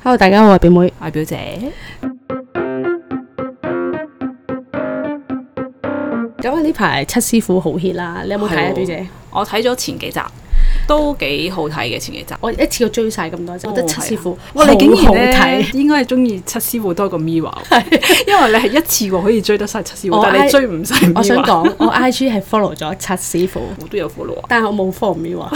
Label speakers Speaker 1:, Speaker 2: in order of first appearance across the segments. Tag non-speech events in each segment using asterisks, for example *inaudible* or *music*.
Speaker 1: Hello，大家好，我係表妹。
Speaker 2: 我係表姐，
Speaker 1: 咁啊，呢排七師傅好 hit 啦，你有冇睇
Speaker 2: 係
Speaker 1: 啊，
Speaker 2: 喎
Speaker 1: 表姐？
Speaker 2: 我睇咗前幾集，都幾好睇嘅前幾集。
Speaker 1: 我一次過追晒咁多集，我覺得
Speaker 2: 哦
Speaker 1: 七師傅
Speaker 2: 哇！你竟
Speaker 1: 好好
Speaker 2: 然咧
Speaker 1: 睇。，
Speaker 2: 應該係中意七師傅多過 Miwa，因 *laughs* 為你係一次過可以追得晒七師傅，
Speaker 1: 我
Speaker 2: 但係
Speaker 1: I-
Speaker 2: 你追唔晒 Miwa。
Speaker 1: 我想 *laughs* 講，我 IG 係 follow 咗七師傅，
Speaker 2: 我都有 follow 啊。
Speaker 1: 但係我冇 follow 咪 *laughs* 話。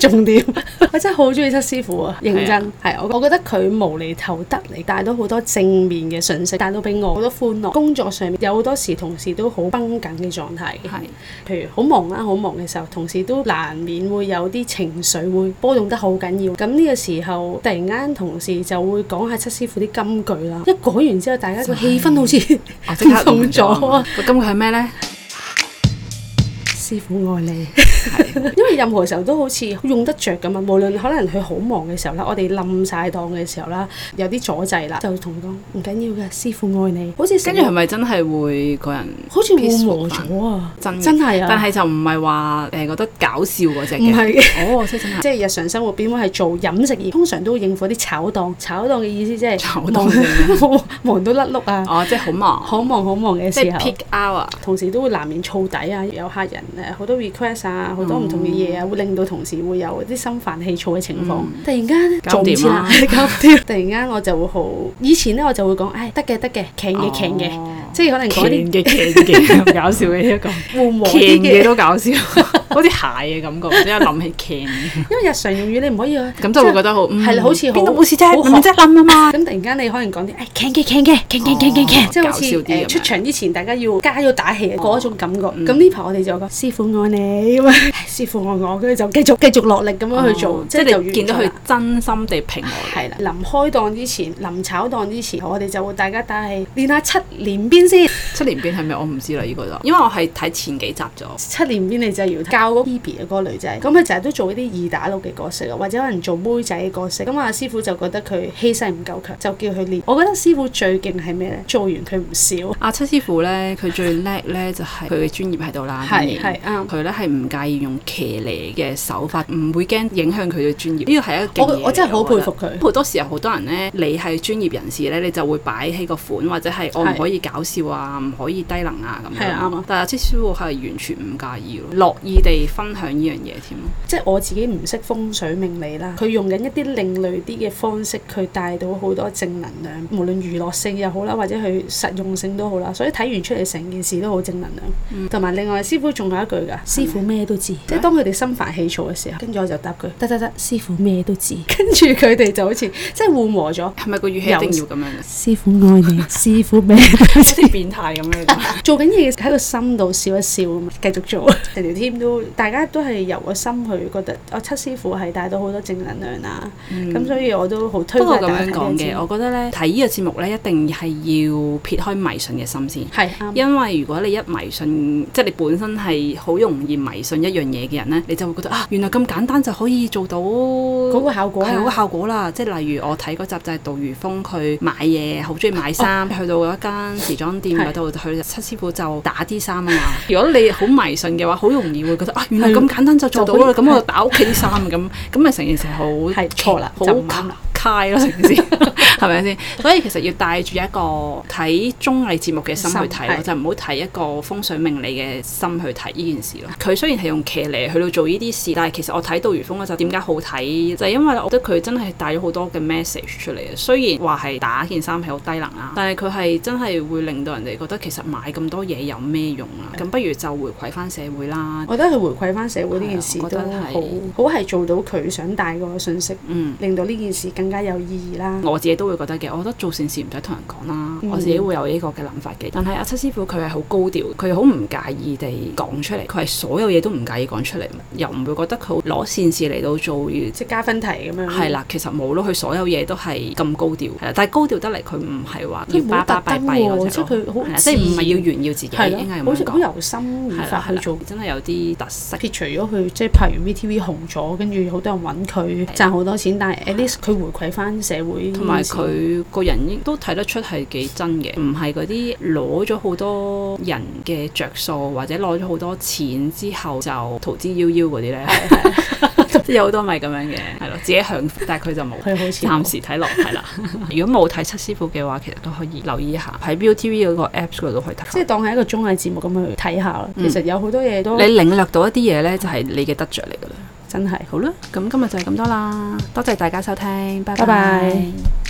Speaker 1: 重點，我真係好中意七師傅啊！認真係，我我覺得佢無厘頭得嚟，帶到好多正面嘅信息，帶到俾我好多歡樂。工作上面有好多時同事都好繃緊嘅狀態。
Speaker 2: 係
Speaker 1: 譬如好忙啊啦，好忙嘅時候，同事都難免會有啲情緒會波動得好緊要。咁呢個時候，突然間同事就會講下七師傅啲金句啦。一講完之後，大家個氣氛好似
Speaker 2: 我即 *laughs* 刻
Speaker 1: *laughs* 唔同咗啊！！
Speaker 2: 咁佢係咩咧？
Speaker 1: 師傅愛你，因為任何時候都好似用得着咁啊。無論可能佢好忙嘅時候啦，我哋冧晒檔嘅時候啦，有啲阻滯啦，就同佢講唔緊要嘅，師傅愛你。好似成
Speaker 2: 跟住係咪真係會個人
Speaker 1: 好似緩和
Speaker 2: peaceful
Speaker 1: 咗啊！
Speaker 2: 真
Speaker 1: 真係啊！
Speaker 2: 但係就唔係話誒覺得搞笑嗰只
Speaker 1: 唔
Speaker 2: 嘅。
Speaker 1: 係 *laughs* 嘅。
Speaker 2: 哦，即係真係
Speaker 1: 即係日常生活邊會係做飲食業，通常都會應付啲炒檔。炒檔嘅意思即係
Speaker 2: 炒檔嘅咩
Speaker 1: 忙 *laughs* 忙到甩碌啊，
Speaker 2: 哦，即係好忙，
Speaker 1: 好忙好忙嘅
Speaker 2: 即
Speaker 1: 時
Speaker 2: 係
Speaker 1: 候
Speaker 2: peak。hour。
Speaker 1: 同時都會難免燥底啊，有客人誒好多 request 啊，好多唔同嘅嘢啊，會令到同事會有啲心煩氣躁嘅情況。
Speaker 2: 嗯
Speaker 1: 突然間
Speaker 2: 搞
Speaker 1: 做
Speaker 2: 唔
Speaker 1: 唔
Speaker 2: 掂
Speaker 1: 切 *laughs*
Speaker 2: 啦
Speaker 1: 啦，搞唔掂。突然間我就會好，以前咧我就會講，唉得嘅得嘅，勁嘅勁嘅，
Speaker 2: 哦
Speaker 1: 即係可能講啲
Speaker 2: 鉗嘅鉗嘅咁搞笑嘅一個，
Speaker 1: 緩和
Speaker 2: 鉗
Speaker 1: 啲
Speaker 2: 嘅
Speaker 1: 嘅，
Speaker 2: 都
Speaker 1: *laughs*
Speaker 2: 搞笑，好似蟹嘅感覺，即係諗起鉗嘅，
Speaker 1: 因為日常用語你唔可以
Speaker 2: 咁就會覺得好，嗯
Speaker 1: 係啦好似好
Speaker 2: 邊度冇事啫，
Speaker 1: 好
Speaker 2: 唔係啫諗啊嘛，
Speaker 1: 咁突然間你可能講啲誒 can 嘅 can 嘅 can can can can
Speaker 2: 哦
Speaker 1: can，即係好似
Speaker 2: 搞笑啲咁
Speaker 1: 誒
Speaker 2: 樣
Speaker 1: 出場之前大家要加咗打氣嘅嗰種感覺。
Speaker 2: 嗯
Speaker 1: 咁呢排我哋就講師傅愛你咁樣，師傅愛我，跟住就繼續繼續落力咁樣去做
Speaker 2: 哦，
Speaker 1: 即係就
Speaker 2: 即係你
Speaker 1: 完
Speaker 2: 見到
Speaker 1: 咗
Speaker 2: 佢
Speaker 1: 啦
Speaker 2: 真心地平和你，
Speaker 1: 係啦，臨開檔之前，臨炒檔之前，我哋就會大家打氣，練下七連鞭先。
Speaker 2: 七年變係咪我唔知啦，呢個就，因為我係睇前幾集咗，
Speaker 1: 七連鞭你就要教嗰 Hebe 嗰個女仔，咁佢成日都做一啲二打六嘅角色啊，或者可能做妹仔嘅角色。咁啊師傅就覺得佢氣勢唔夠強，就叫佢練。我覺得師傅最勁係咩呢？做完佢唔笑。
Speaker 2: 阿七師傅咧，佢最叻咧就係佢嘅專業喺度啦，當
Speaker 1: 係
Speaker 2: 然
Speaker 1: 係啱。
Speaker 2: 佢咧係唔介意用騎呢嘅手法，唔會驚影響佢嘅專業。呢個係一個勁
Speaker 1: 我
Speaker 2: 嘢
Speaker 1: 我真係好
Speaker 2: 嚟
Speaker 1: 佩
Speaker 2: 覺得
Speaker 1: 服佢。
Speaker 2: 好多時候好多人呢，你係專業人士呢，你就會擺起個款，或者係哦我唔
Speaker 1: 係
Speaker 2: 可以搞笑啊，唔可以低能啊咁樣。
Speaker 1: 係啊啱啊
Speaker 2: 但係阿戚師傅係完全唔介意咯，樂意地分享呢樣嘢添咯。
Speaker 1: 即係我自己唔識風水命理啦，佢用緊一啲另類啲嘅方式，佢帶到好多正能量，無論娛樂性又好啦，或者佢實用性都好啦，所以睇完出嚟成件事都好正能量。同埋、另外師傅仲有一句㗎，嗯師傅咩都知，即係當佢哋心煩氣躁嘅時候，跟住我就答佢得得得，師傅咩都知，跟住佢哋就好似即係緩和咗。
Speaker 2: 係咪個語氣一定要咁樣
Speaker 1: *laughs*
Speaker 2: 嘅？
Speaker 1: 師傅愛你，師傅咩？
Speaker 2: 好似變態咁 *laughs* 樣。
Speaker 1: 做緊嘢嘅時候喺個心度笑一笑咁嘛，繼續
Speaker 2: *laughs*
Speaker 1: 做。成條 team 都大家都係由個心去覺得，啊我七師傅係帶到好多正能量啦。咁、所以我都好推
Speaker 2: 嗯不過
Speaker 1: 介
Speaker 2: 咁
Speaker 1: 大
Speaker 2: 樣
Speaker 1: 家
Speaker 2: 講
Speaker 1: 睇
Speaker 2: 嘅，我覺得呢，睇呢個節目呢，一定係要撇開迷信嘅心先。
Speaker 1: 係啱，
Speaker 2: 因為如果你一迷信，即係你本身係好容易迷信一樣嘢嘅人呢，你就會覺得啊，原來咁簡單就可以做到
Speaker 1: 嗰個效果
Speaker 2: 係好
Speaker 1: 啊，
Speaker 2: 效果啦，即係例如我睇嗰集就係杜如風佢買嘢，好中意買衫，去到嗰間時裝店
Speaker 1: 哦係
Speaker 2: 嗰度，佢就七師傅就打啲衫啊嘛。如果你好迷信嘅話，好容易會覺得啊，原來
Speaker 1: 係
Speaker 2: 咁簡單就做到
Speaker 1: 就
Speaker 2: 啦，
Speaker 1: 可以
Speaker 2: 咁我就打屋企啲衫咁，咁咪成件事好
Speaker 1: 係錯啦，
Speaker 2: 好
Speaker 1: 就唔啱啦。
Speaker 2: 揩咯，成
Speaker 1: *laughs*
Speaker 2: 件事係咪先？所以其實要帶住一個睇綜藝節目嘅心去睇
Speaker 1: 心係
Speaker 2: 咯，就唔好睇一個風水命理嘅心去睇呢件事咯。佢雖然係用騎呢去到做呢啲事，但係其實我睇到如風嗰集點解好睇，就係、因為我覺得佢真係帶咗好多嘅 message 出嚟嘅。雖然話係打件衫係好低能啦，但係佢係真係會令到人哋覺得其實買咁多嘢有咩用啊？咁不如就回饋翻社會啦。
Speaker 1: 我覺得佢回饋翻社會呢件事
Speaker 2: 係啊我
Speaker 1: 都
Speaker 2: 覺得係
Speaker 1: 好，好係做到佢想帶個信息，
Speaker 2: 嗯。
Speaker 1: 令到呢件事更加有意義啦。
Speaker 2: 我自己都會覺得嘅，我覺得做善事唔使同人講啦，
Speaker 1: 嗯
Speaker 2: 我自己會有呢個嘅諗法嘅。但係阿七師傅佢係好高調，佢好唔介意地講出嚟，佢係所有嘢都唔介意講出嚟，又唔會覺得佢攞善事嚟到做。
Speaker 1: 即係加分題咁樣。
Speaker 2: 係啦，其實冇咯，佢所有嘢都係咁高調，係啦，但係高調得嚟，佢唔係話要
Speaker 1: 佢冇
Speaker 2: 巴巴
Speaker 1: 特
Speaker 2: 閉
Speaker 1: 登
Speaker 2: 閉嗰
Speaker 1: 喎，
Speaker 2: 隻
Speaker 1: 即係
Speaker 2: 咯
Speaker 1: 佢
Speaker 2: 係啊
Speaker 1: 好
Speaker 2: 啦即係唔係要炫耀自己，
Speaker 1: 係
Speaker 2: 應
Speaker 1: 咯，
Speaker 2: 該
Speaker 1: 好
Speaker 2: 係咁樣
Speaker 1: 似好
Speaker 2: 講。
Speaker 1: 由心而
Speaker 2: 係
Speaker 1: 發
Speaker 2: 啦，係
Speaker 1: 去
Speaker 2: 啦
Speaker 1: 做，
Speaker 2: 真係有啲特色。
Speaker 1: 撇除咗佢即係拍完 VTV 紅咗，跟住好多人揾佢賺好多錢，但係 at least 佢回饋翻社會呢件事，
Speaker 2: 同埋佢個人亦都睇得出係幾真嘅，唔係嗰啲攞咗好多人嘅着數，或者攞咗好多錢之後就逃之夭夭嗰啲咧。 *laughs* 有好多咪咁樣嘅，係咯，自己享，但係佢就冇。
Speaker 1: 佢好似
Speaker 2: 暫時睇落係啦。如果冇睇七師傅嘅話，其實都可以留意一下喺 ViuTV 嗰個 Apps 嗰度去睇
Speaker 1: 即係
Speaker 2: 返。
Speaker 1: 當係一個綜藝節目咁去睇下啦。
Speaker 2: 嗯
Speaker 1: 其實有好多嘢都
Speaker 2: 你領略到一啲嘢呢，就係你嘅得着嚟㗎啦。
Speaker 1: 真係。
Speaker 2: 好啦，咁今日就係咁多啦，多謝大家收聽，拜
Speaker 1: 拜拜
Speaker 2: 拜